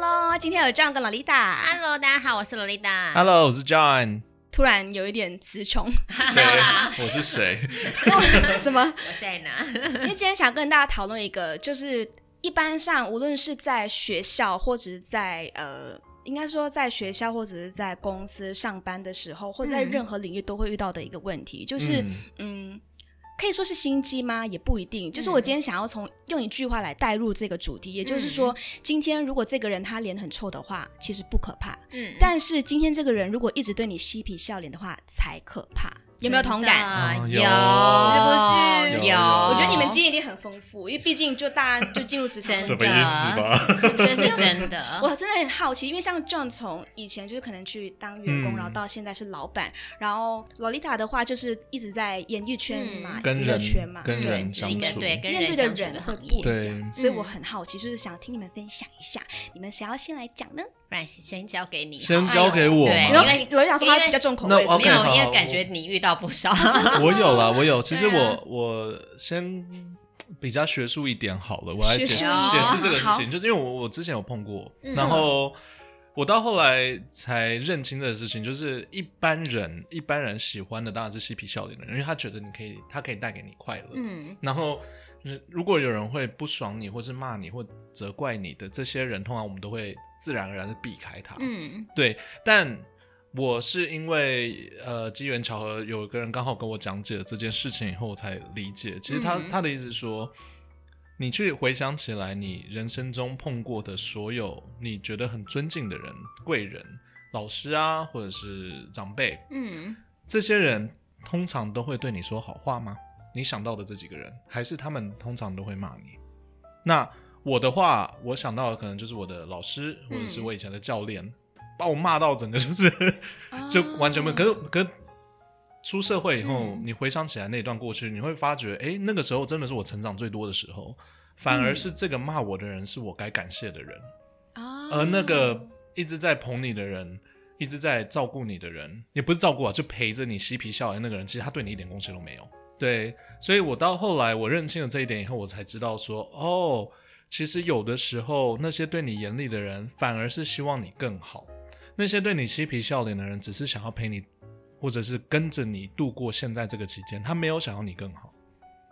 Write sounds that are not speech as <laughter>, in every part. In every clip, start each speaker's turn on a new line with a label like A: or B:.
A: 喽，今天有这样跟洛丽塔，
B: Hello，大家好，我是萝莉达。
C: Hello，我是 John。
A: 突然有一点词 <laughs> 穷，
C: 对，我是谁？
A: 什么？
B: 我在哪？
A: 因为今天想跟大家讨论一个，就是一般上无论是在学校或者是在呃，应该说在学校或者是在公司上班的时候，或者在
B: 嗯
A: 任何领域都会遇到的一个问题，就
C: 就是
A: 嗯。可以说是心机吗？也不一定。就是我今天想要从用一句话来带入这个主题，也就是说，今天如果这个人他脸很臭的话，其实不可怕；
B: 嗯
A: 但是今天这个人如果一直对你嬉皮笑脸的话，才可怕。有没有同感？
C: 哦
B: 有，
C: 有
A: 是不
C: 是
B: 有，
C: 有
A: 我
C: 我
A: 觉得你们经验一定很丰富，
B: 哦
A: 因为毕竟就大家就进入职场
B: 真 <laughs> 的
C: 什么意思吧？
B: 这是真的。
A: 我真的很好奇，因为像 John 从以前就是可能去当员工，
C: 嗯
A: 然后到现在是老板，然后 Lolita 的话就是一直在演艺圈嘛，
C: 跟
A: 娱乐
C: 人
A: 圈嘛，
C: 跟
A: 对
C: 人
B: 就
C: 相
B: 一个
C: 处
B: 嗯对跟
A: 面
B: 人
A: 对的
B: 相处
A: 人
B: 的
A: 会
B: 行
A: 不
B: 业，
A: 一
C: 对，
A: 所以我很好奇，就是想听你们分享一下，你们谁要先来讲呢？
B: 不然先交给你好
C: 先
B: 了。
C: 交给我
B: 对
C: 嘛。
B: 哎因
A: 然后
B: 为
A: Lolita 说她
B: 因为
A: 比较重口
C: 那
A: 味，怎
C: 我
A: 么
B: 没
A: 样
C: OK，
B: 有，因
C: 好
B: 为感觉你遇到不少。
C: 我有啦，我有。其实
B: 对
C: 我、
B: 啊
C: 我先比较学术一点好了，我来解
A: 学术
C: 释
B: 一
C: 解
B: 点
C: 释这个事
A: 好
C: 情，就是因为我我之前有碰过，
B: 嗯
C: 然后我到后来才认清这个事情，就是一般人一般人喜欢的当然是嬉皮笑脸的人，因为他觉得你可以，他可以带给你快乐。
B: <laughs> 嗯，
C: 然后，人如果有人会不爽你，或是骂你，或责怪你的这些人，通常我们都会自然而然的避开他。
B: 嗯，
C: 对，但我是因为呃机缘巧合，有一个人刚好跟我讲解了这件事情以后，我才理解。其实他、
B: 嗯
C: 他的意思是说，你去回想起来，你人生中碰过的所有你觉得很尊敬的人、贵人、老师啊，或者是长辈，
B: 嗯，
C: 这些人通常都会对你说好话吗？你想到的这几个人，还是他们通常都会骂你？那我的话，我想到的可能就是我的老师，或者是我以前的教练，把我骂到整个就是 <laughs> 就完
A: 啊
C: 全没有。可是可是出社会以后，
B: 嗯
C: 你回想起来那段过去，你会发觉，哎，那个时候真的是我成长最多的时候，反而是这个骂我的人是我该感谢的人。
A: 哦
C: 而呃那个一直在捧你的人，一直在照顾你的人，也不是照顾啊，就陪着你嬉皮笑脸那个人，其实他对你一点贡献都没有。对，所以我到后来我认清了这一点以后，我才知道说，哦，其实有的时候那些对你严厉的人，反而是希望你更好；那些对你嬉皮笑脸的人，只是想要陪你，或者是跟着你度过现在这个期间，他没有想要你更好。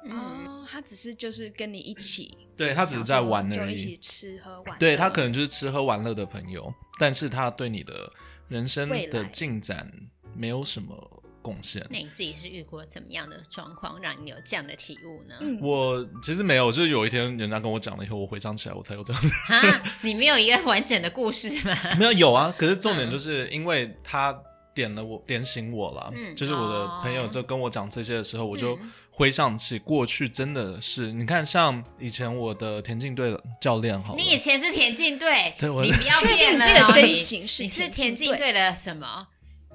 B: 嗯，
A: 哦，他只是就是跟你一起，
C: 对他只是在玩
A: 就
C: 而
A: 一
C: 已
A: 起，吃喝玩乐，
C: 对他可能就是吃喝玩乐的朋友，但是他对你的人生
A: 未来
C: 的进展没有什么贡献。
B: 那你自己是遇过怎么样的状况，让你有这样的体悟呢？
A: 嗯
C: 我其实没有，就是有一天人家跟我讲了以后，我回想起来我才有这样。 <laughs>
B: 哈，你没有一个完整的故事吗？
C: 没有有啊，可是重
B: 嗯
C: 点就是因为他点了我点醒我了，
B: 嗯
C: 就是我的
B: 哦
C: 朋友就跟我讲这些的时候，我就
B: 嗯
C: 回想起过去真的是，你看像以前我的田径队的教练好了，
B: 你以前是田径队，
C: 对我
B: 你不要
A: 确定
B: 骗
A: 你
B: 了
A: 这个
B: 哦
A: 身
B: 你
A: 形是
B: 你是
A: 田
B: 田
A: 径
B: 径
A: 队
B: 队的什么？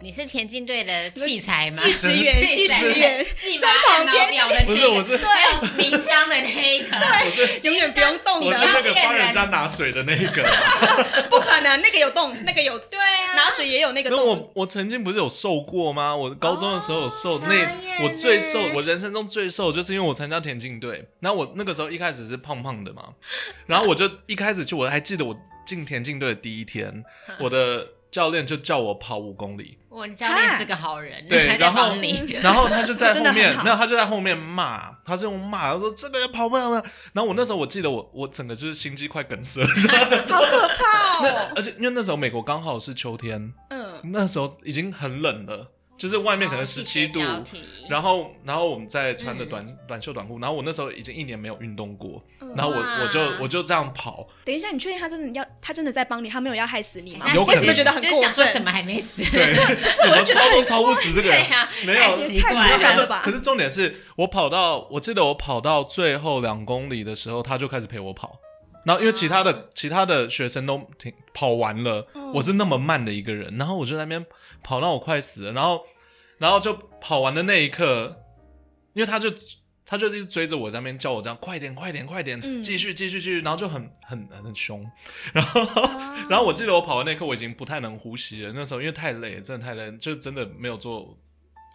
B: 你是田径队的器材吗？
A: 计时员
B: <laughs> 对
A: 计时员
B: 计
A: 在
B: 码
A: 旁
B: 按秒
A: 边
B: 表的那
C: 不
B: 个，
C: 是我是
B: 还有鸣枪的那一个，
A: 永远不用动
C: 我
A: 的
C: 是
B: 你，
C: 那个
B: 骗
C: 帮人
B: 人
C: 家拿水的那一个。
A: 不可能，那个有动，那个有
B: 对啊，
A: 拿水也有那个
C: 那
A: 洞。
C: <laughs> 我我曾经不是有瘦过吗？我高中的时候有瘦，
B: 哦傻眼
C: 那我最瘦
B: 欸，
C: 我人生中最瘦，就是因为我参加田径队。然后我那个时候一开始是胖胖的嘛，然后我就一开始去，我还记得我进田径队的第
B: <laughs>
C: 一天，我的教练就叫我跑五公里，
B: 我教练是个好人，
C: 对
B: 还在
C: 然后
B: 帮
A: 嗯
B: 你，
C: <laughs> 然后他就在
A: <laughs> 真的
C: 后面
A: 很好，
C: 没有他就在后面骂，他是用骂，他说这个人跑不了了。然后我那时候我记得我我整个就是心肌快梗塞，
A: 好可怕哦！
C: <laughs> 而且因为那时候美国刚好是秋天，
A: <laughs> 嗯，
C: 那时候已经很冷了，就是外面可能
B: 哦
C: 十七度，，
B: 细节交替
C: 然后，然后我们再穿的短、短袖短裤，然后我那时候已经一年没有运动过，
A: 嗯
C: 然后我
B: 哇
C: 我就我就这样跑，
A: 等一下，你确定他真的要，他真的在帮你，他没有要害死你吗？
B: 哎
C: 有
A: 我
C: 可能
A: 怎么觉得很
B: 就
A: 过
B: 想说
A: 分？
B: 怎么还没死？
C: 对，怎么超都超不死这
B: <laughs>
C: 个
B: 对
C: 人，
B: 啊，
C: 没有
B: 太奇怪
A: 太突然了
B: 了，
A: 吧
C: 可是重点是我跑到，我记得我跑到最后两公里的时候，他就开始陪我跑。然后因为其他的、其他的学生都挺跑完了，
A: 啊嗯
C: 我是那么慢的一个人，然后我就在那边跑到我快死了，然后然后就跑完的那一刻，因为他就他就一直追着我在那边叫我这样快点快点快点，
A: 嗯
C: 继续继续继续，然后就很很很凶，然后、
A: 哦 <laughs>
C: 然后我记得我跑完那一刻我已经不太能呼吸了，那时候因为太累，真的太累，就真的没有做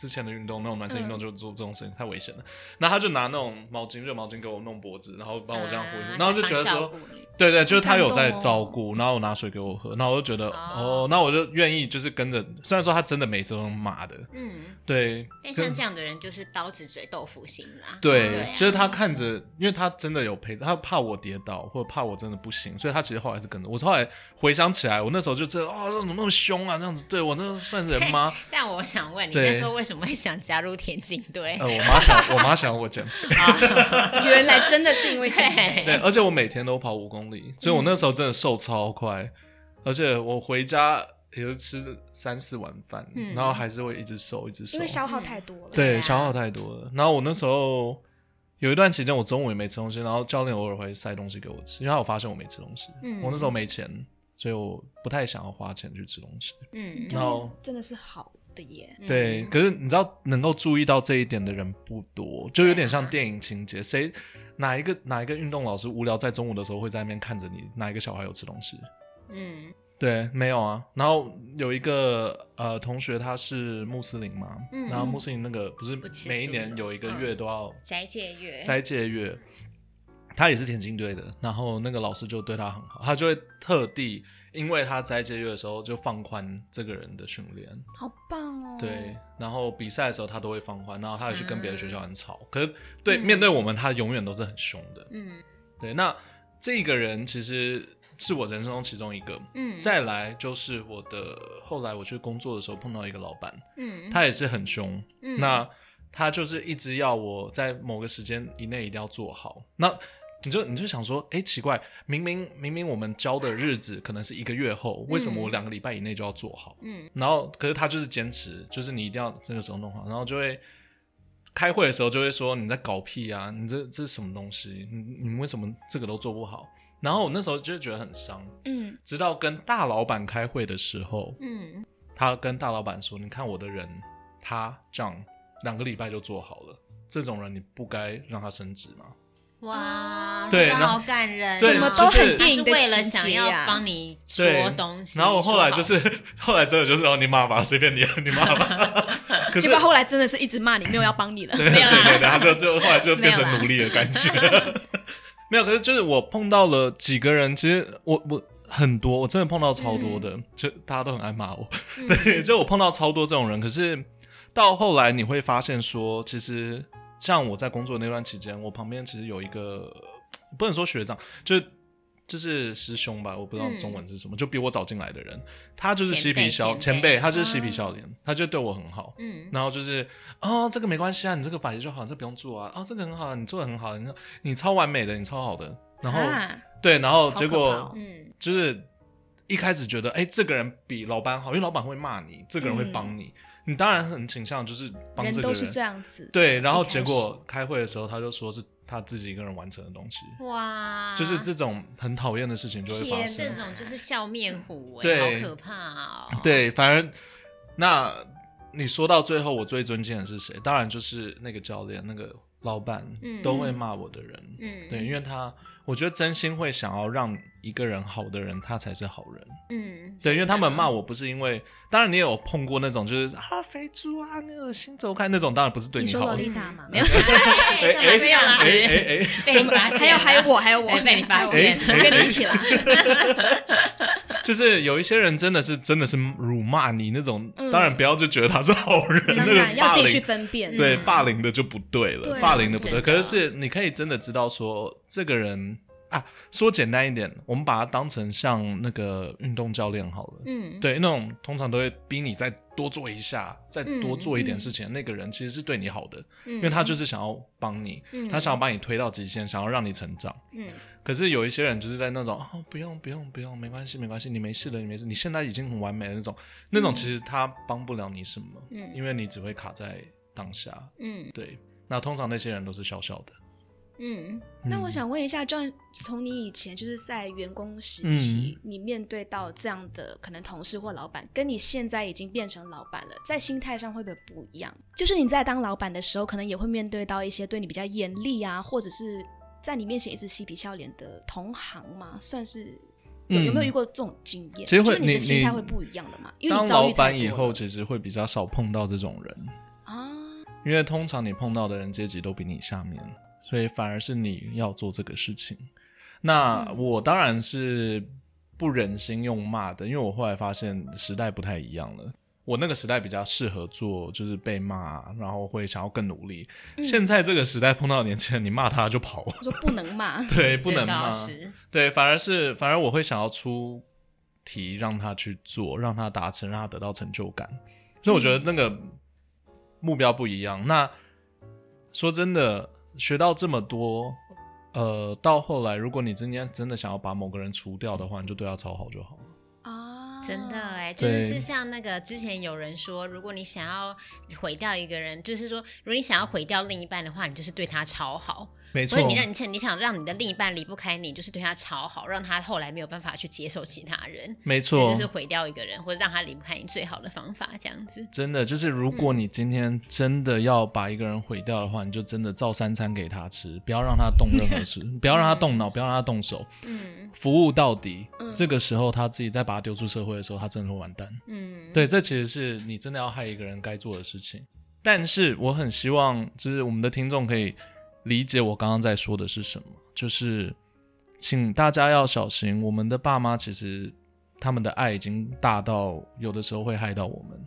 C: 之前的运动，那种暖身运动就做这种事情、太危险了。然后他就拿那种毛巾、热毛巾给我弄脖子，然后帮我这样
B: <laughs>
C: 挥，
B: 啊
C: 然后就觉得
B: 他帮
C: 说嗯
B: 照，顾你
C: 对对，就是他有
A: 很感
C: 在
A: 动哦
C: 照顾，然后我拿水给我喝，然后我就觉得
B: 哦
C: 哦，那我就愿意就是跟着。虽然说他真的每次都骂的，
B: 嗯，
C: 对，
B: 但
C: 跟
B: 像这样的人就是刀子嘴豆腐心啦。
C: 对，
B: 对啊
C: 就是他看着，因为他真的有陪，他怕我跌倒，或者怕我真的不行，所以他其实后来是跟着我。后来回想起来，我那时候就真的啊、这怎么那么凶啊？这样子对我那算人
A: <laughs>
C: 吗？
B: 但我想问你，
C: 对
B: 那时候为什么会想加入田径
C: <laughs>
B: 队？啊
C: 呃，我妈想，我妈想我减肥，
A: <laughs> 原来真的是因为这样。
C: 对，
B: <laughs> 对，
C: 而且我每天都跑五公里，所以我那时候真的瘦超快，而且我回家也是吃三四碗饭，
B: 嗯
C: 然后还是会一直瘦，一直瘦
A: <laughs> 因为，消耗太多了。
C: 对，
B: 对啊
C: 消耗太多了。然后我那时候。有一段期间，我中午也没吃东西，然后教练偶尔会塞东西给我吃，因为他有发现我没吃东西。
B: 嗯
C: 我那时候没钱，所以我不太想要花钱去吃东西。
B: 嗯
A: 教
C: 然后
A: 练真的是好的耶。
B: 嗯
C: 对，可是你知道能够注意到这一点的人不多，就有点像电影情节，谁哪一个哪一个运动老师无聊在中午的时候会在那边看着你哪一个小孩有吃东西？
B: 嗯
C: 对，没有啊。然后有一个呃同学他是穆斯林嘛，
B: 嗯
C: 然后穆斯林那个不是
B: 不吃
C: 每一
B: 猪
C: 年
B: 肉
C: 有一个
B: 嗯
C: 月都要
B: 斋戒月，
C: 斋戒月，他也是田径队的，然后那个老师就对他很好，他就会特地因为他斋戒月的时候就放宽这个人的训练，
A: 好棒哦！
C: 对，，然后比赛的时候他都会放宽，然后他也去跟别的学校很吵，可是对、
B: 啊嗯
C: 面对我们他永远都是很凶的，
B: 嗯
C: 对，那这个人其实是我人生中其中一个。
B: 嗯，
C: 再来就是我的，后来我去工作的时候碰到一个老板，
B: 嗯
C: 他也是很凶，
B: 嗯
C: 那他就是一直要我在某个时间以内一定要做好。那你就你就想说，哎、奇怪，明明明明我们交的日子可能是一个月后，为什么我两个礼拜以内就要做好？
B: 嗯
C: 然后可是他就是坚持，就是你一定要这个时候弄好，然后就会开会的时候就会说你在搞屁啊，你这这是什么东西？你你们为什么这个都做不好？然后我那时候就觉得很伤，
A: 嗯，
C: 直到跟大老板开会的时候，
B: 嗯
C: 他跟大老板说：“你看我的人，他这样两个礼拜就做好了，这种人你不该让他升职吗？
B: 哇，
C: 对
B: 这个
C: 然后
B: 好感人，
C: 对
A: 怎么
C: 就
A: 都
C: 是
A: 很
B: 他
A: 电
B: 是
A: 影的
B: 为了
A: 情
B: 想
A: 节
B: 要
A: 呀
B: 帮你
C: 对
B: 说东西，
C: 然后我后来
B: 说
C: 就
B: 好
C: 是，后来真的就是哦，你骂吧，随便你，你骂吧。可是
A: 结果后来真的是一直骂你，没有要帮你了。
C: 对对对，然后就就后来就变
B: 没有
C: 成
B: 啦
C: 奴隶的感觉。没有，可是就是我碰到了几个人，其实我我很多，我真的碰到超多的，就大家都很爱骂我。
B: 嗯
C: 对，就我碰到超多这种人，可是到后来你会发现说，其实像我在工作的那段期间，我旁边其实有一个不能说学长，就是就是师兄吧，我不知道
B: 嗯
C: 中文是什么，就比我早进来的人，他就是
B: 前
C: 嬉
B: 辈
C: 皮笑
B: 前
C: 前
B: 辈
C: 辈，他就是嬉皮
A: 啊
C: 笑脸，他就对我很好，
B: 嗯
C: 然后就是啊，这个没关系啊，你这个摆着就好，这不用做啊，啊，这个很好，你做的很好，你你超完美的，你超好的。然后、
A: 啊
C: 对，然后
A: 好
C: 结
A: 可
C: 果、
A: 怕哦
B: 嗯
C: 就是一开始觉得，哎、这个人比老板好，因为老板会骂你，这个人会帮你，你当然很倾向就是帮
A: 嗯人
C: 这个
A: 都
C: 人。
A: 是这样子。
C: 对，然后
A: 一开
C: 结果开会的时候，他就说是他自己一个人完成的东西，
A: 啊
B: 哇，
C: 就是这种很讨厌的事情就会发
A: 天
C: 生
B: 这。种就是笑面虎、
C: 对
B: 哎，好可怕哦。
C: 对，反而那你说到最后，我最尊敬的是谁？当然就是那个教练、那个老板，
B: 嗯
C: 都会骂我的人。
B: 嗯，
C: 对，因为他我觉得真心会想要让一个人好的人，他才是好人。
B: 嗯，
C: 对，因为他
A: 啊
C: 们骂
B: 我，
C: 我不是因为，当然你也有碰过那种就是啊肥猪啊，那恶心走开那种，当然不是对
A: 你
C: 你
A: 说
C: 好
A: 洛
C: 的。
A: 丽达吗？没有，
B: 哎，干嘛这样
C: <laughs> 哎
B: 子？
C: 哎哎
B: 被你发现了，
A: 还有还有我，还有我
B: 哎 <laughs> 被你发现
C: 哎哎哎
A: 跟你一起啦。
C: 哎，就是有一些人真的是真的是辱骂你那种，
A: 嗯
C: 当然不要就觉得他是好人， <laughs> 那
A: 当
C: 个
A: 然
C: 霸
A: 要自己去
C: 凌。
A: 分辨。
C: 对
B: 嗯
C: 霸凌的就不对了，
A: 对啊
C: 霸凌的不对。
B: 真的
C: 可是是你可以真的知道说这个人啊，说简单一点，我们把他当成像那个运动教练好了，
B: 嗯，
C: 对，那种通常都会逼你再多做一下，再多
B: 嗯
C: 做一点
A: 嗯
C: 事情。那个人其实是对你好的，
B: 嗯，
C: 因为他就是想要帮你，
B: 嗯
C: 他想要把你推到极限，想要让你成长。
B: 嗯
C: 可是有一些人就是在那种啊、不用不用不用，没关系没关系，你没事的，你没事，你现在已经很完美的那种，那种其
A: 嗯
C: 实他帮不了你什么，
B: 嗯
C: 因为你只会卡在当下。
B: 嗯
C: 对，那通常那些人都是笑笑的。
B: 嗯
A: 那
C: 嗯
A: 我想问一下，John，从你以前就是在员工
C: 嗯
A: 时期，你面对到这样的可能同事或老板，跟你现在已经变成老板了，在心态上会不会不一样？就是你在当老板的时候，可能也会面对到一些对你比较严厉啊，或者是在你面前一直嬉皮笑脸的同行嘛，算是。有
C: 嗯
A: 有没有遇过这种经验？
C: 其实会
A: 就是你
C: 你
A: 的心态
C: 你
A: 会不一样的嘛，因为
C: 当
A: 你遭
C: 老
A: 遇太
C: 板
A: 多
C: 以
A: 了
C: 后，其实会比较少碰到这种人。
A: 啊，
C: 因为通常你碰到的人阶级都比你下面，所以反而是你要做这个事情。那
A: 嗯
C: 我当然是不忍心用骂的，因为我后来发现时代不太一样了。我那个时代比较适合做，就是被骂，然后会想要更努力。
A: 嗯
C: 现在这个时代碰到年轻人，你骂他就跑了，
A: 我说不能骂，
C: 对，不能
B: 这倒。
C: 骂
B: 哦是
C: 对，反而是反而我会想要出题让他去做，让他达成，让他得到成就感。所以我觉
B: 嗯
C: 得那个目标不一样。那说真的，学到这么多，呃，到后来，如果你今天真的想要把某个人除掉的话，你就对他超好就好了。
A: 啊，
B: 真的哎、就是
C: 对
B: 是像那个之前有人说，如果你想要毁掉一个人，就是说，如果你想要毁掉另一半的话，你就是对他超好，
C: 没
B: 所
C: 错
B: 以，你让你想你想让你的另一半离不开你，就是对他超好，让他后来没有办法去接受其他人，
C: 没
B: 这
C: 错
B: 就，是毁掉一个人或者让他离不开你最好的方法，这样子。
C: 真的就是，如果
B: 嗯
C: 你今天真的要把一个人毁掉的话，你就真的照三餐给他吃，不要让他动任何事， <laughs> 不要让他动脑，不要让他动手。
B: 嗯
C: 服务到底，
A: 嗯
C: 这个时候他自己再把他丢出社会的时候，他真的会完蛋。
B: 嗯，
C: 对，这其实是你真的要害一个人该做的事情。但是我很希望，就是我们的听众可以理解我刚刚在说的是什么，就是请大家要小心，我们的爸妈其实他们的爱已经大到有的时候会害到我们，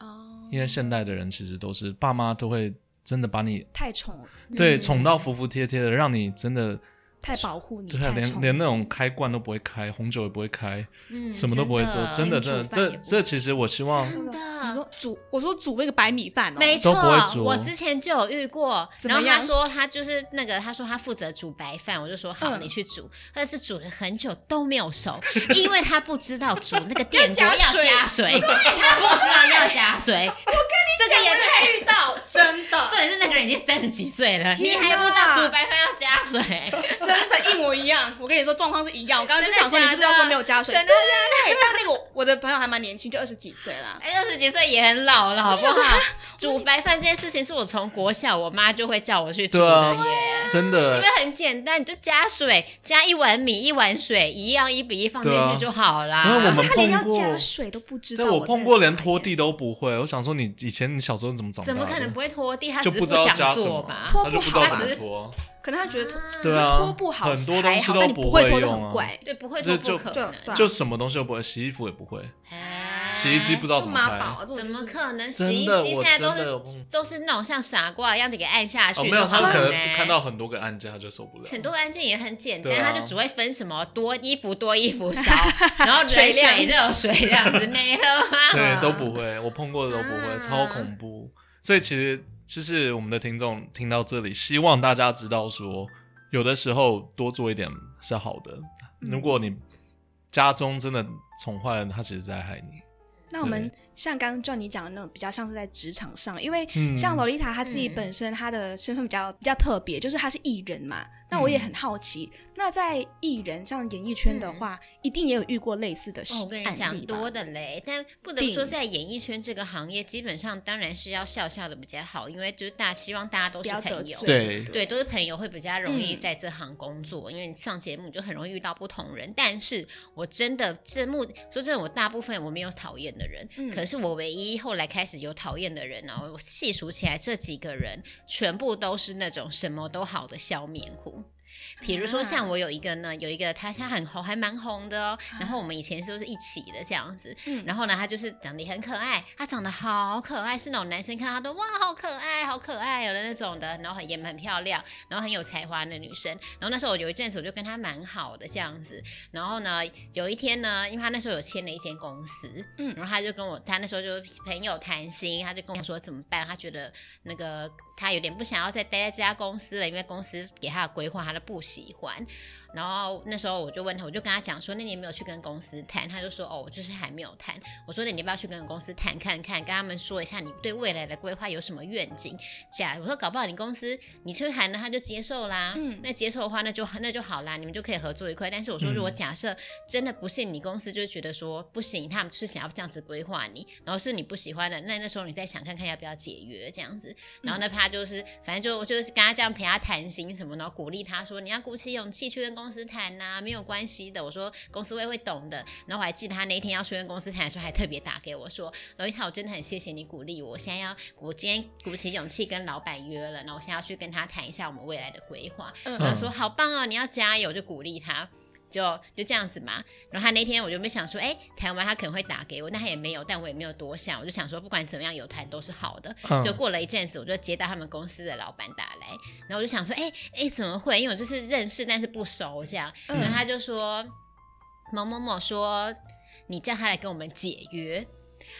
B: 嗯
A: 哦，
C: 因为现代的人其实都是爸妈都会真的把你
A: 太宠，
C: 对
B: 嗯
C: 宠到服服帖帖的，让你真的
A: 太保护你，
C: 对
A: 太
C: 啊，连
A: 宠
C: 连
A: 你
C: 那种开罐都不会开，红酒也不会开，
B: 嗯
C: 什么都不会做，真的，真的，
B: 连煮饭也
C: 这
B: 不会
C: 这其实我希
A: <laughs>
C: 望，
B: 真的
A: 你说煮，我说煮那个白米饭哦，
B: 没
C: 都
B: 错
C: 不会煮，
B: 我之前就有遇过。
A: 怎么
B: 然后
A: 样
B: 他说他就是那个，他说他负责煮白饭，我就说好，
A: 嗯
B: 你去煮。但是煮了很久都没
A: <laughs>
B: 有熟，因为他不知道煮那个电锅
A: 要
B: 要
A: 加水 <laughs>
B: 加水，他不知道要加水。我跟你这个也太。
A: 遇到真的
B: <laughs> 重点是那个人已经三十几岁了，你
A: 天
B: 还不知
A: 哪
B: 道煮白饭要加
A: <laughs>
B: 水，
A: 真的，一模一样。我跟你说，状况是一样。我刚刚就想说，你是不是要说没有加水？
B: 真
A: 对
B: 的
A: 对，但那个我我的朋友还蛮年轻，就二十几岁啦。
B: 哎，二十几岁也很老了，好不好？煮白饭这件事情是我从国小我妈就会叫我去煮
C: 对啊
B: 的耶。
C: 真的
B: 因为很简单，你就加水，加一碗米，一碗水，一样一比一放进
C: 对啊
B: 去就好啦。
C: 因为我们
A: 他连要
C: 碰过
A: 加水都不知道。
C: 但我
A: 真
C: 碰
A: 的
C: 过
A: 傻
C: 连
A: 眼
C: 拖地都不会，我想说你以前你小时候怎么长大
B: 怎
C: 的？
B: 么可能不会拖地？他
C: 就
B: 只是不
C: 知道加
B: 想
C: 什
B: 做
C: 么
B: 吧，？
A: 拖
C: 他
A: 不
C: 就不知
A: 好
C: 道
A: 他
C: 怎
B: 只
C: 么
B: 是
C: 拖，
A: 可能他觉得拖
C: 对
A: 就
C: 啊
A: 拖不好，
C: 很多东
A: 还
C: 西
A: 好
C: 都
A: 但你
C: 不
A: 不会
C: 会
A: 拖就
C: 用
A: 很
C: 啊
A: 怪，
B: 对，不会
C: 这
B: 拖不
C: 就
B: 可
A: 就
B: 能。
A: 对啊
C: 就什么东西都不会，洗衣服也不会，
B: 哎
C: 洗衣机不知道
A: 就
C: 怎么
A: 妈
C: 开
A: 宝啊，这种
B: 怎
A: 就
B: 么
A: 是
B: 可能？
C: 真的
B: 洗衣机现在都
C: 我真的有碰
B: 是都是那种像傻瓜一样的给按下去
C: 哦，
B: 就好了，
C: 没有，他们可能看到很多个按键他就受不了，
B: 很多按键也很简单，
C: 对啊
B: 它就只会分什么多衣服多衣
A: <laughs>
B: 服少，然后冷
A: 水量
B: 水热水这样子没了啊。
C: <laughs> 对
A: 啊
C: 都不会，我碰过的都不会，
B: 啊
C: 超恐怖。所以其实就是我们的听众听到这里，希望大家知道说，有的时候多做一点是好的。
A: 嗯
C: 如果你家中真的宠坏了，他其实在害你。
A: 那我们像刚刚 John 你讲的那种，比较像是在职场上，因为
C: 嗯
A: 像洛丽塔她自己
B: 嗯
A: 本身她的身份比较比较特别，就是她是艺人嘛。那
C: 嗯
A: 我也很好奇，那在艺人像演艺圈的话，一定也有遇过类似的事
B: 嗯哦，我跟你
A: 案
B: 讲
A: 例吧？
B: 多的嘞，但不能
A: 病
B: 说在演艺圈这个行业，基本上当然是要笑笑的比较好，因为就是大家希望大家都
A: 不
B: 是
A: 要得
B: 朋友
A: 罪，，
C: 对
B: 对，都是朋友会比较容易
A: 嗯
B: 在这行工作，因为你上节目你就很容易遇到不同人。但是我真的这目说真的，我大部分我没有讨厌的人，
A: 嗯
B: 可是我唯一后来开始有讨厌的人呢、我细数起来这几个人，全部都是那种什么都好的笑面虎。比如说
A: 啊
B: 像我有一个呢，有一个他他很红，还蛮红的哦。然
A: 啊
B: 后我们以前都是一起的这样子，
A: 嗯
B: 然后呢，他就是长得也很可爱，他长得好可爱，是那种男生看他都哇好可爱，好可爱有哦的那种的，然后很也很漂亮，然后很有才华的女生。然后那时候我有一阵子我就跟他蛮好的这样子，然后呢，有一天呢，因为他那时候有签了一间公司，
A: 嗯
B: 然后他就跟我，他那时候就朋友谈心，他就跟我说怎么办，他觉得那个他有点不想要再待在这家公司了，因为公司给他的规划他都不喜欢。然后那时候我就问他，我就跟他讲说，那你有没有去跟公司谈？他就说哦，我就是还没有谈。我说那你要不要去跟公司谈看看，跟他们说一下你对未来的规划有什么愿景？假如我说搞不好你公司你去谈了，他就接受啦。
A: 嗯
B: 那接受的话，那就那就好啦，你们就可以合作一块。但是我说，如果
C: 嗯
B: 假设真的不信你公司就觉得说不行，他们是想要这样子规划你，然后是你不喜欢的，那那时候你再想看看要不要解约这样子。然后呢，他就是反正就就是跟他这样陪他谈心什么，然后鼓励他说说你要鼓起勇气去跟公司谈呐、没有关系的。我说公司会会懂的。然后我还记得他那一天要去跟公司谈的时候，还特别打给我说，罗一塔，我真的很谢谢你鼓励我，我现在要我今天鼓起勇气跟老板约了，那我现在要去跟他谈一下我们未来的规划。然后
A: 嗯
B: 说好棒哦，你要加油，就鼓励他。就就这样子嘛，然后他那天我就没想说，哎、谈完他可能会打给我，那他也没有，但我也没有多想，我就想说不管怎么样有谈都是好的，就
C: 嗯
B: 过了一阵子，我就接到他们公司的老板打来，然后我就想说，哎、哎、怎么会？因为我就是认识，但是不熟这样。
A: 嗯
B: 然后他就说，某某某说你叫他来跟我们解约，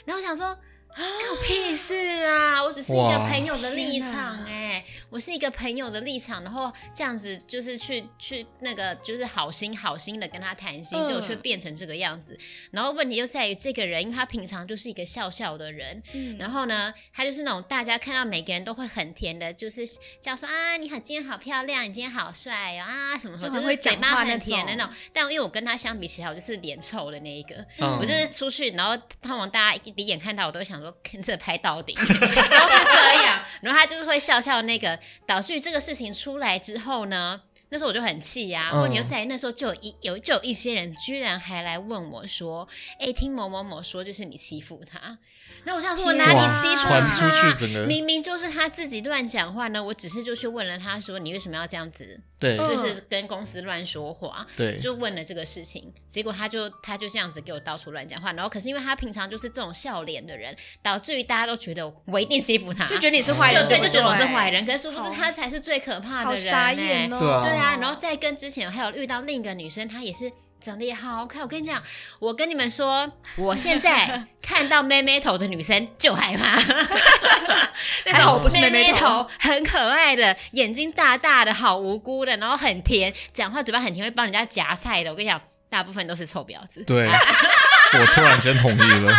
B: 然后我想说。啊关我屁事啊！我只是一个
C: 哇
B: 朋友的立
A: 天哪
B: 场哎、我是一个朋友的立场，然后这样子就是去去那个就是好心好心的跟他谈心，
A: 嗯
B: 结果却变成这个样子。然后问题就在于这个人，因为他平常就是一个笑笑的人，
A: 嗯
B: 然后呢，他就是那种大家看到每个人都会很甜的，就是叫说啊，你好，今天好漂亮，你今天好帅哦啊，什么什么，
A: 就很
B: 就是
A: 会
B: 嘴
A: 讲
B: 巴
A: 话
B: 很
A: 那
B: 甜的那
A: 种
B: 种。但因为我跟他相比起来，我就是脸臭的那一个，
C: 嗯
B: 我就是出去，然后通常大家一一眼看到我都会想说，跟着拍到 <laughs> 顶，都是这样。然后他就是会笑笑那个，导致于这个事情出来之后呢。那时候我就很气呀、
C: 嗯
B: 问题就在于那时候就有一有就有一些人居然还来问我说：“哎、听某某某说就是你欺负他。”那我想说，我哪里
C: 哇
B: 欺负
A: 哇
C: 传
B: 他？啊
C: 出去整个
B: 明明就是他自己乱讲话呢，我只是就去问了他说你为什么要这样子，
D: 对
A: 嗯
B: 就是跟公司乱说话，
D: 对，
B: 就问了这个事情，结果他就他就这样子给我到处乱讲话，然后可是因为他平常就是这种笑脸的人，导致于大家都觉得我一定欺负他，
A: 就觉得你是坏人，
B: 就对，
A: 不
B: 就觉得我是坏人，可是殊不
A: 好
B: 知他才是最可怕的
A: 好
B: 人、欸，
A: 傻眼哦。
D: 对啊
B: 对啊，然后再跟之前还有遇到另一个女生，她也是长得也好看。我跟你讲，我跟你们说，我
A: <laughs>
B: 现在看到妹妹头的女生就害怕。
A: 还好我不是
B: 妹
A: 妹妹
B: 头
A: 头，
B: 很可爱的，眼睛大大的，好无辜的，然后很甜，讲话嘴巴很甜，会帮人家夹菜的。我跟你讲，大部分都是臭婊子，
C: 对，我突然间同意
B: <laughs>
C: 了。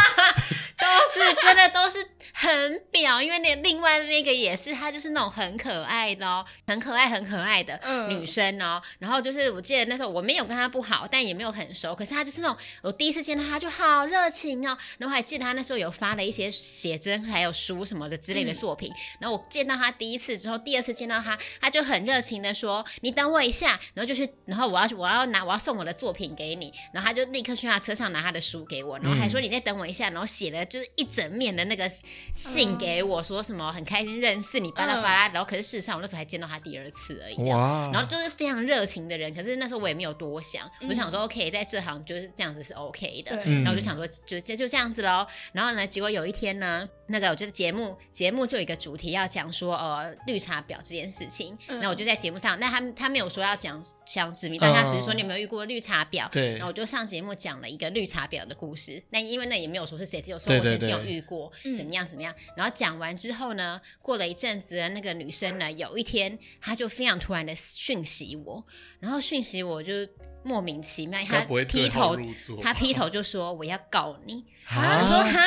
B: 都是真的都是很婊。因为那另外那个也是，她就是那种很可爱的哦，很可爱很可爱的。
A: 嗯
B: 女生哦，然后就是我记得那时候我没有跟她不好，但也没有很熟，可是她就是那种我第一次见到她就好热情哦，然后还记得她那时候有发了一些写真还有书什么的之类的
A: 嗯
B: 作品，然后我见到她第一次之后，第二次见到她，她就很热情的说你等我一下，然后就去，然后我要我要拿我要送我的作品给你，然后她就立刻去她车上拿她的书给我，然后还说你再等我一下，然后写了就是一整面的那个信给我，说什么很开心认识你，巴拉巴拉，然后可是事实上我那时候才见到她第二次而已，这样
C: 哇
B: 然后就是非常热情的人，可是那时候我也没有多想，我就想说 OK，在这行就是这样子是 OK 的。
A: 嗯对，
D: 嗯
B: 然后我就想说，就就就这样子喽。然后呢，结果有一天呢，那个我觉得节目节目就有一个主题要讲说，呃，绿茶婊这件事情。
A: 嗯
B: 那、我就在节目上，那他们他没有说要讲讲指名，但他只是说
C: 嗯
B: 你有没有遇过绿茶婊？
D: 对
B: 然后我就上节目讲了一个绿茶婊的故事，那因为那也没有说是谁，只有说
D: 对
B: 我
D: 对
B: 曾经有
D: 对
B: 遇过，
A: 嗯
B: 怎么样怎么样。然后讲完之后呢，过了一阵子，那个女生呢，有一天她就非常突然的讯息我，然后讯息我就莫名其妙，她
C: 该不会
B: 劈
C: 对号
B: 头
C: 入座
B: 她
C: 吧
B: 劈头就说我要告你，
C: 啊
B: 我说哈。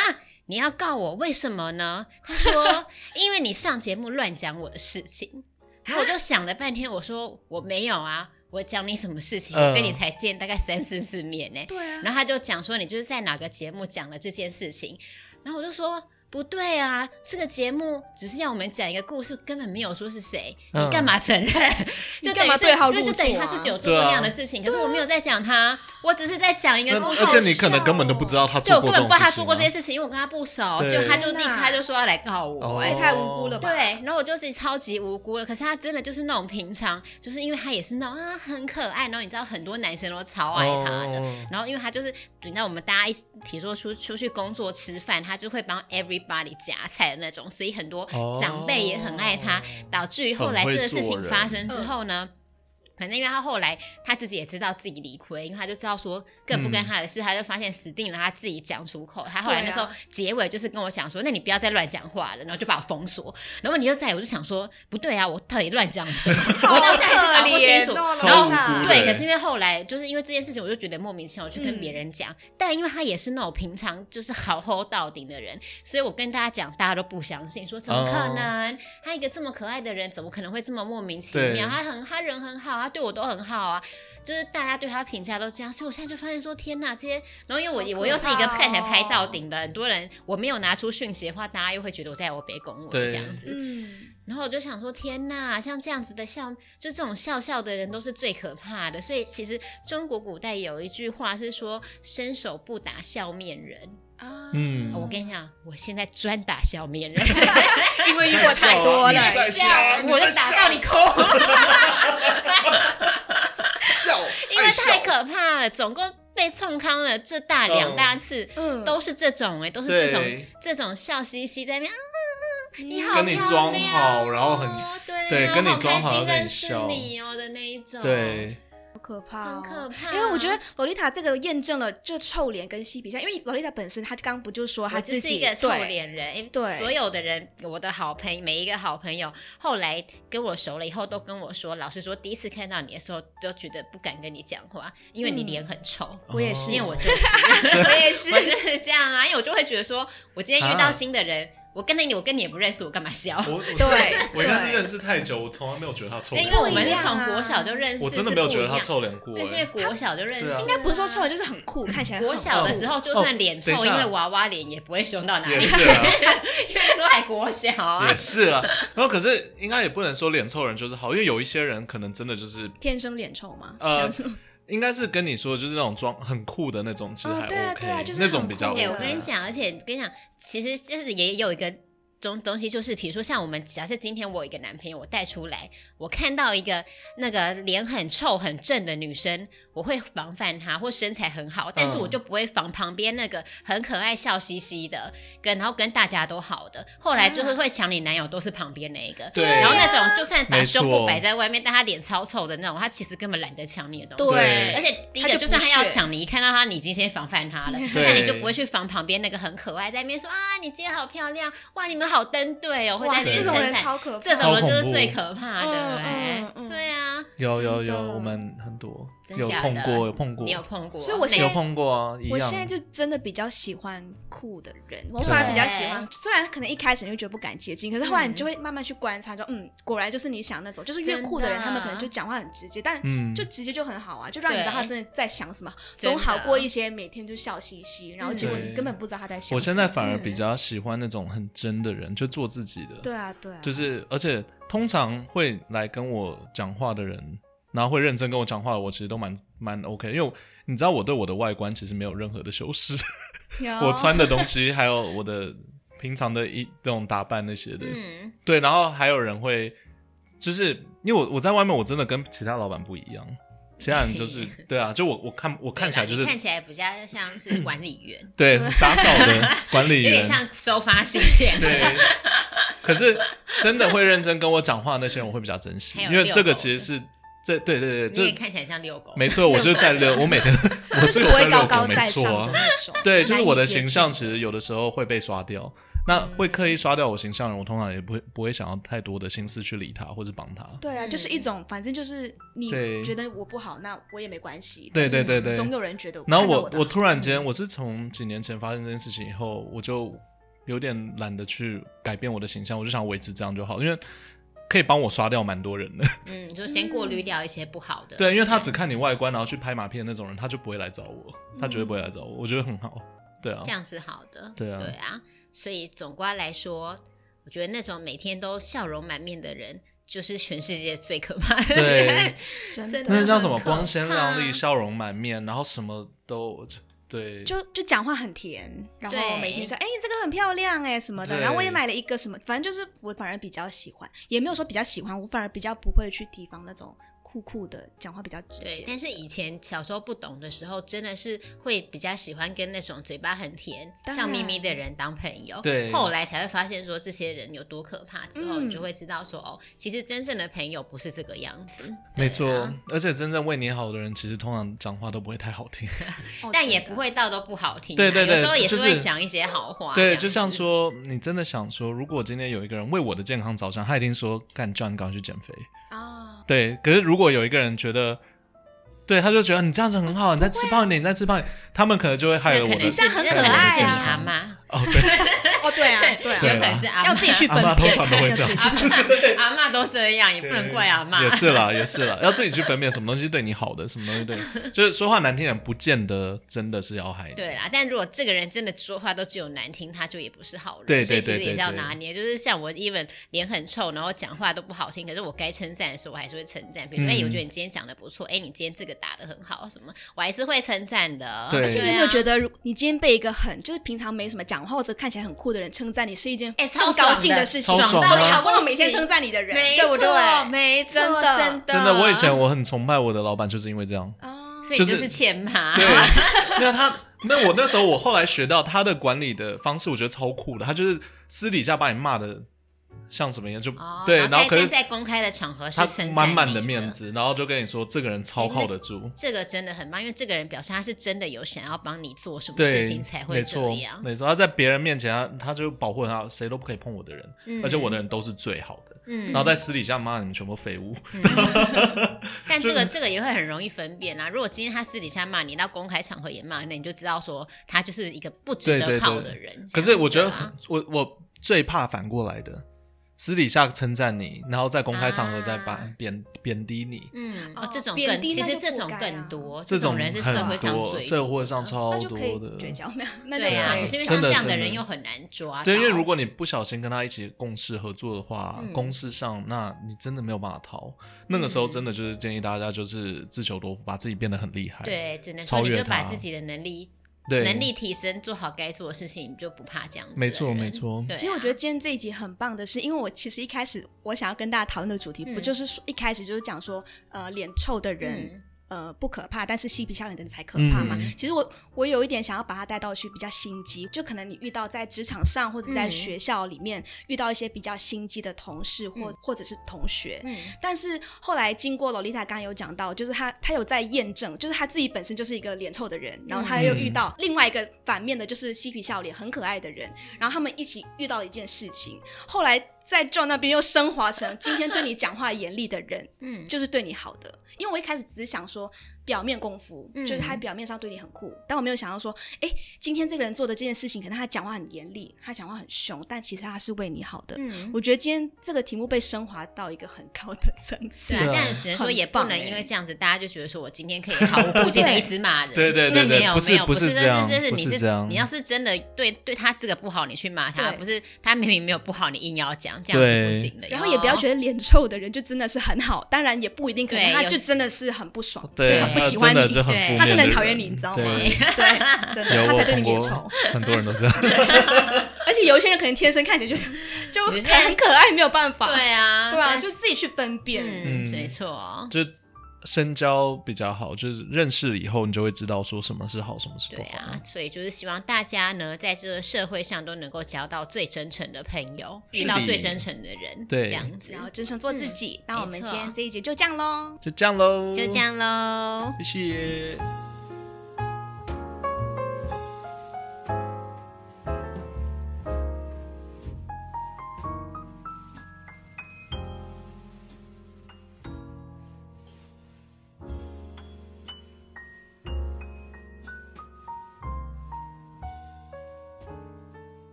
B: 你要告我，为什么呢？她说，因为你上节目乱讲我的事情。然后我就想了半天，我说我没有啊，我讲你什么事情？我跟你
D: 嗯
B: 才见大概三四次面呢、
A: 对啊，
B: 然后他就讲说你就是在哪个节目讲了这件事情，然后我就说不对啊，这个节目只是要我们讲一个故事，根本没有说是谁，
D: 嗯
B: 你干嘛承认？
A: <laughs> 你
B: 就等
A: 干
B: 于
A: 嘛
B: 是
A: 对号
B: 因为
A: 入
B: 就等于
A: 座
B: 他
A: 啊
B: 自己有做过
C: 对啊
B: 那样的事情，可是我没有在讲他，我只是在讲一个
C: 那
B: 故
C: 而
B: 事。
C: 且你可能根本都不知道他
B: 就
C: 做
B: 我
C: 过
B: 根
C: 这
B: 本
C: 种
B: 不知道
C: 事情啊、
B: 他做过这些事情，因为我跟他不熟，
C: 对
B: 就他就立刻
A: 天哪
B: 他就说要来告我、
C: 哦
B: 哎
A: 也太无辜了吧？
B: 对，然后我就是超级无辜了。可是他真的就是那种平常，就是因为他也是那种啊很可爱，然后你知道很多男生都超爱他的。
C: 哦
B: 然后因为他就是，你知道我们大家一起，比如说出出去工作吃饭，他就会帮 everybody 夹菜的那种，所以很多长辈也很爱他，
C: 哦
B: 导致于后来
C: 很
B: 这
C: 会
B: 个事
C: 做
B: 情
C: 人嗯
B: 发生之后呢。反正因为他后来他自己也知道自己理亏，因为他就知道说更
C: 嗯
B: 不干他的事，他就发现死定了，他自己讲出口。他后来那时候
A: 对啊
B: 结尾就是跟我讲说，那你不要再乱讲话了，然后就把我封锁。然后你就在，我就想说，不对啊，我到底乱讲什
A: <laughs>
B: 么？我到现在还是搞不清楚。
A: 好可怜哦
B: 然
A: 老
B: 后
A: 大
B: 对，
C: 对
B: 可是因为后来就是因为这件事情，我就觉得莫名其妙我去跟别人讲，
A: 嗯
B: 但因为他也是那种平常就是好吼到顶的人，所以我跟大家讲，大家都不相信，
A: 哦
B: 说怎么可能？他一个这么可爱的人，怎么可能会这么莫名其妙？
C: 对
B: 他很他人很好，他他对我都很好啊，就是大家对他评价都这样，所以我现在就发现说，天哪，这些，然后因为我、
A: 好可怕
B: 我又是一个看起来拍到
A: 哦
B: 顶的，很多人我没有拿出讯息的话，大家又会觉得我在我北拱我
C: 对
B: 这样子，
A: 嗯，
B: 然后我就想说，天呐，像这样子的笑，就这种笑笑的人都是最可怕的。所以其实中国古代有一句话是说“伸手不打笑面人”
A: 啊，
C: 嗯
B: 哦我跟你讲，我现在专打笑面人，
A: 因为遇过太多了
C: 你，在笑啊你
B: 我
C: 在
B: 就
C: 笑啊
B: 打到你哭，
C: 笑，
B: 因为太可怕了，总共被冲康了这大两大次。
A: 嗯，
B: 都是这种哎、都是这种这种笑嘻嘻在那边，啊
A: 嗯
B: 你好漂
C: 跟
B: 亮哦、
C: 你装好然后很
B: 对
C: 对
B: 啊
C: 跟你
B: 好
C: 装
B: 开
C: 好
B: 心
C: 跟你
B: 认识
C: 笑
B: 你哦的那一种，
C: 对，
A: 好可怕、哦，
B: 很可怕
A: 因为我觉得洛丽塔这个验证了就臭脸跟嬉皮笑，因为洛丽塔本身她刚刚不就说她
B: 哦我就
A: 自
B: 是
A: 己
B: 一个臭
A: 对 <laughs>
B: 脸人，诶
A: 对
B: 所有的人，我的好朋友，每一个好朋友，后来跟我熟了以后，都跟我说，老实说，第一次看到你的时候，都觉得不敢跟你讲话，因为你
A: 嗯
B: 脸很臭。
A: 我也是，
B: 因为我
C: 哦
B: 就是
A: <laughs> 我
B: <laughs>
A: 也是
B: 我就是这样啊，因为我就会觉得说，我今天遇到
C: 啊
B: 新的人，我跟你，我跟你也不认识，我干嘛笑？
C: <laughs> 我我是
A: 对
C: 我应该是
A: 对
C: 认识太久，我从来没有觉得他臭
B: 因
C: 脸
B: 为
C: 过，
B: 我们是从
A: 不一样啊
B: 国小就认识，
C: 我真的
B: 是
C: 没有
B: 不
C: 觉得
B: 一
C: 他
B: 样，
C: 臭脸过，
B: 对，是因为
C: 欸
B: 国小就认识
C: 对啊
B: 啊，
A: 应该不是说臭脸，就是很酷，看起来很
B: 国小的
A: 酷
B: 时候，就
C: 哦
B: 算脸臭，
C: 等一下
B: 因为娃娃脸也不会凶到哪
C: 也
B: 里去，
C: 是啊
B: 因为那时候还国小啊 <laughs>
C: <laughs> 也。是啊。然后可是应该也不能说脸臭人就是好，因为有一些人可能真的就是
A: 天生脸臭吗？
C: 呃，应该是跟你说的就是那种装很酷的那种，其实还
A: 哦
C: OK，、
A: 对啊对啊就是
C: 那
A: 很
C: 种比较
A: 酷
B: 对，
A: 的
B: 我
C: OK
B: 跟你讲，而且跟你讲，其实就是也有一个东东西，就是比如说像我们，假设今天我有一个男朋友，我带出来，我看到一个那个脸很臭很正的女生，我会防范她，或身材很好，但是我
A: 嗯
B: 就不会防旁边那个很可爱笑嘻嘻的，跟然后跟大家都好的，后来
A: 嗯
B: 就是会抢你男友都是旁边那一个。
C: 对，
B: 然后那种就算把
C: 没
B: 胸
C: 错
B: 部摆在外面，但他脸超臭的那种，他其实根本懒得抢你的东西。
C: 对
B: 而且第一
A: 他
B: 个，
A: 就
B: 就算
A: 不
B: 他要
A: 屑
B: 抢你，一看到他，你已经先防范他
C: <laughs>
B: 了，
C: 对
B: 那你就不会去防旁边那个很可爱，在那边说啊，你今天好漂亮，哇，你们好登对哦，会在
A: 哇，
B: 那
C: 对
B: 边
A: 这种
B: 称
A: 人
B: 赞，
A: 超可怕，
B: 这
C: 超
B: 种人就
C: 恐
B: 是
C: 怖
B: 最可怕的，
A: 嗯
B: 哎
A: 嗯嗯
B: 对啊，
C: 有有有，
A: 真的
C: 我们很多
B: 真
C: 有
B: 假
C: 碰
B: 的
C: 过，有碰过，
B: 你有碰过？
A: 所以我
B: 那
A: 现
C: 有
A: 在
C: 碰过啊，一样。
A: 我现在就真的比较喜欢酷的人，我反而比较喜欢。虽然可能一开始你会觉得不敢接近，可是后来你就会慢慢去观察，就嗯，果然就是你想那种，就是越酷的人，
B: 真的
A: 他们可能就讲话很直接，但
C: 嗯，
A: 就直接就很好啊，就让你知道他真的在想什么，
B: 真
A: 总
B: 的
A: 好过一些每天就笑嘻嘻，然后结果你
C: 对
A: 根本不知道他在想什么。
C: 我现在反而比
B: 嗯
C: 较喜欢那种很真的人，就做自己的。
A: 对啊对啊，
C: 就是而且通常会来跟我讲话的人，然后会认真跟我讲话的，我其实都蛮蛮 OK，因为你知道我对我的外观其实没有任何的修饰，
A: 哦
C: 我穿的东西还有我的平常的一这种打扮那些的，
B: 嗯，
C: 对，然后还有人会就是因为我我在外面我真的跟其他老板不一样，其他人就是对啊，就我我看我看起来就
B: 对啊啦
C: 是，
B: 你看起来比较像是管理员
C: <coughs> 对打扫的管理
B: 有点
C: 员，
B: 像收发信件，
C: 对。可是真的会认真跟我讲话那些人，我会比较珍惜，
B: 还有
C: 因为这
B: 遛
C: 个
B: 狗
C: 其实是这对对对，
B: 你也
C: 这
B: 看起来像遛狗，
C: 没错，我就是在遛，
A: <laughs>
C: 我每天我
A: 就是是
C: 有
A: 不
C: 在
A: 会
C: 遛
A: 高高
C: 狗，没
A: 在上
C: 错啊
A: 的，那种。
C: 对，就是我的
A: 难以接近
C: 形
A: 嗯
C: 象其实有的时候会被刷掉。那会刻意刷掉我形象的人，我通常也不会不会想要太多的心思去理他或者帮他。
A: 对啊，就是一种，反正就是你
C: 对
A: 觉得我不好，那我也没关系。
C: 对对对对
A: 嗯总有人觉得看
C: 然
A: 到
C: 后
A: 的嗯好。
C: 我我突然间，我是从几年前发生这件事情以后，我就有点懒得去改变我的形象，我就想维持这样就好，因为可以帮我刷掉蛮多人的。
B: 嗯，就先过滤掉一些不好的，
C: 对，因为他只看你外观，然后去拍马屁的那种人，他就不会来找我，他绝对不会来找我，我觉得很好。对啊
B: 这，样是好的。
C: 对啊
B: 所以总观来说，我觉得那种每天都笑容满面的人，就是全世界最可怕的人
C: 对。
A: 真
B: 真的
C: 那
A: 的
B: 是
C: 叫什么
B: 很可
C: 光鲜亮丽、
B: 怕啊
C: 笑容满面，然后什么都对，
A: 就就讲话很甜，然后
B: 对
A: 每天说哎、这个很漂亮哎、什么的，
C: 对
A: 然后我也买了一个什么，反正就是我反而比较喜欢，也没有说比较喜欢，我反而比较不会去提防那种酷酷的，讲话比较直
B: <laughs> 对，
A: 接。
B: 但是以前小时候不懂的时候，真的是会比较喜欢跟那种嘴巴很甜、
A: 当
B: 笑眯眯
A: 然
B: 的人当朋友。
C: 对
B: 后来才会发现说这些人有多可怕，之后
A: 嗯
B: 你就会知道说、哦，其实真正的朋友不是这个样子。对
C: 没错
B: 啊。
C: 而且真正为你好的人，其实通常讲话都不会太好听。
A: 哦
B: 但也
A: 真的
B: 不会到都不好听啊、
C: 对对对
B: 有时候也
C: 就是是
B: 会讲一些好话这样
C: 对，
B: 子。
C: 就像说，你真的想说，如果今天有一个人为我的健康着想，他一定说干，叫你赶快去减肥。
A: 啊，
C: 对，可是如果有一个人觉得对，他就觉得啊你这样子很好，你再吃胖一点，你再吃胖一点，他们可能就会害
B: 啊那
C: 了
B: 可
C: 我的
B: 能
A: 这
B: 是
A: 样很
B: 那
A: 可
B: 能
A: 爱
B: 是你
A: 啊
B: 阿妈，
C: <laughs> 哦，对，
A: 哦，对 <laughs> 啊，对
B: 有
A: 啊，
B: 可能是阿妈
A: 要自己去
C: 阿
A: 分
C: 妈通
A: 辨，
C: 常都会
A: <laughs>
C: 这样
A: 要自
C: 子
A: 己去
B: 啊
C: <laughs>
B: 阿妈都这样，也不能怪阿妈。
C: 也是啦，也是啦，要 <laughs> 自己去分辨什么东西对你好的，什么东西
B: <laughs>
C: 对，就是说话难听点，不见得真的是要害你。
B: 对啦，但如果这个人真的说话都只有难听，他就也不是好人。
C: 对
B: 所以
C: 对对
B: 其实也
C: 对
B: 是要
C: 对
B: 拿捏。就是像我，even 脸很臭，然后讲话都不好听，可是我该称赞的时候，我还是会称赞。比如说，哎、
C: 嗯
B: 我觉得你今天讲的不错，哎、你今天这个打的很好，什么，我还是会称赞的。
C: 对
B: 啊
A: 而且你有没有觉？得，如你今天被一个很就是平常没什么讲话或者看起来很酷的人称赞你，是一件
B: 哎超
A: 更
B: 爽
A: 高兴
B: 的
A: 的事情？
C: 超爽啊
A: 到
C: 的
A: 你好不容易
B: 恭
A: 每
B: 喜
A: 天称赞你的人，
B: 没
A: 对不对？
B: 错，没错，
A: 真的
B: 真的，
C: 真的，我以前我很崇拜我的老板，就是因为
B: <laughs>
C: 这样。
A: 啊
B: 所以
C: 就
B: 就是是欠骂。
C: 对，没有他，那我那时候我后来学到他的管理的方式，我觉得超酷的。他就是私底下把你骂的像什么一样，就、
B: 哦，
C: 对，
B: 然
C: 然后可
B: 在
C: 是
B: 在公开的场合是
C: 他
B: 称赞
C: 满满
B: 你
C: 的
B: 的
C: 面子，然后就跟你说这个人超靠得住。
B: 这个真的很棒，因为这个人表示他是真的有想要帮你做什么
C: 对
B: 事情才，会
C: 没
B: 这
C: 错
B: 样，。
C: 没错。他在别人面前，他他就保护很好，谁都不可以碰我的人，
B: 嗯
C: 而且我的人都是最好的。
B: 嗯
C: 然后在私底下骂你们全部废物， <laughs>
B: 但
C: 就
B: 这个这个也会很容易分辨啊。如果今天他私底下骂你，到公开场合也骂，那你就知道说他就是一个不值
C: 对对
B: 得
C: 对
B: 靠的人。
C: 可是我觉
B: 这
C: 得
B: 样啊
C: 很我我最怕反过来的，私底下称赞你，然后在公开场合再把
B: 啊
C: 贬贬低你，
B: 嗯，
A: 哦
B: 哦，这种
A: 贬
B: 更
A: 低
B: 其
A: 那
B: 实
A: 就
B: 这
A: 不
B: 种
A: 该啊
B: 更多，
C: 这
B: 种
C: 种
B: 人是
C: 很
B: 社会上
C: 多
B: 最
C: 社会上超
A: 那就可以
C: 多的
A: 绝交，
B: <laughs>
A: 没有？那就
B: 对啊，
A: 可以
B: 可是因为像
C: 真的
B: 这样的
C: 真的
B: 人又很难抓到。
C: 对，因为如果你不小心跟他一起共事合作的话，
B: 嗯
C: 公事上那你真的没有办法逃。那个时候真的就是建议大家就是自求多福，把自己变得很厉害。
B: 对，只能
C: 超
B: 说你
C: 越
B: 就把
C: 他
B: 自己的能力
C: 对，
B: 能力提升，做好该做的事情，你就不怕这样子的人。
C: 没错没错
B: 对啊
A: 其实我觉得今天这一集很棒的是，因为我其实一开始我想要跟大家讨论的主题，
B: 嗯
A: 不就是说一开始就是讲说，呃，脸臭的人、
B: 嗯
A: 呃不可怕，但是嬉皮笑脸的人才可怕嘛。
C: 嗯
A: 其实我我有一点想要把它带到去比较心机，就可能你遇到在职场上或者在
B: 嗯
A: 学校里面、遇到一些比较心机的同事或、
B: 嗯
A: 或者是同学。
B: 嗯
A: 但是后来经过洛丽塔刚刚有讲到，就是她她有在验证，就是她自己本身就是一个脸臭的人，然后她又遇到另外一个反面的，就是嬉皮笑脸很可爱的人，然后他们一起遇到一件事情，后来在 John 那边又升华成今天对你讲话严厉的人，
B: 嗯，
A: 就是对你好的。因为我一开始只是想说表面功夫，
B: 嗯
A: 就是他表面上对你很酷，但我没有想到说，哎，今天这个人做的这件事情，可能他讲话很严厉，他讲话很凶，但其实他是为你好的。
B: 嗯，
A: 我觉得今天这个题目被升华到一个很高的层次
B: 对。啊
C: 对啊，
B: 但只能说
A: 很
B: 也不
A: 棒
B: 能
A: 欸
B: 因为这样子，大家就觉得说我今天可以毫无
A: <laughs>
B: 顾忌的一直骂人。
C: 对对对
B: 那
C: 对
B: 没有
C: 不是
B: 没有，
C: 不是
B: 是
C: 这样
B: 这是
C: 不
B: 你
C: 是这样
B: 你要是真的对对他这个不好，你去骂他，
A: 对
B: 不是他明明没有不好，你硬要讲，这样子不行的哟。
A: 然后也不要觉得脸臭的人就真的是很好，当然也不一定，可能
B: 对
A: 他
B: 有
A: 就真的是很不爽，
C: 对
A: 就很不喜
C: 他
A: 欢
C: 真
A: 你，
C: 的是很负面
A: 他真的很
C: 人
A: 讨厌你，你知道吗？
C: 对
A: 对，真
C: 有
A: 的，他
C: 我
A: 才对
C: 碰
A: 你脸 <laughs>
C: 过
A: 臭。，
C: 很多人都这样。
A: 而且有一些人可能天生看起来就是 <laughs> 就
B: 有些人
A: 很可爱，没有办法。
B: 对
A: <laughs>
B: 啊，
A: 对啊，
B: 但
A: 就自己去分辨。
B: 嗯，
C: 嗯
B: 没错。
C: 就深交比较好，就是认识以后，你就会知道说什么是好，什么是不
B: 对
C: 好。
B: 啊，所以就是希望大家呢，在这个社会上都能够交到最真诚的朋友，遇
C: 是
B: 到
C: 的
B: 最真诚的人，
C: 对
B: 这样子
A: 然，后真诚做自己。那我们
B: 嗯没错
A: 今天这一节就这样喽。
C: 就这样喽，
B: 就这，样喽。
C: 谢谢。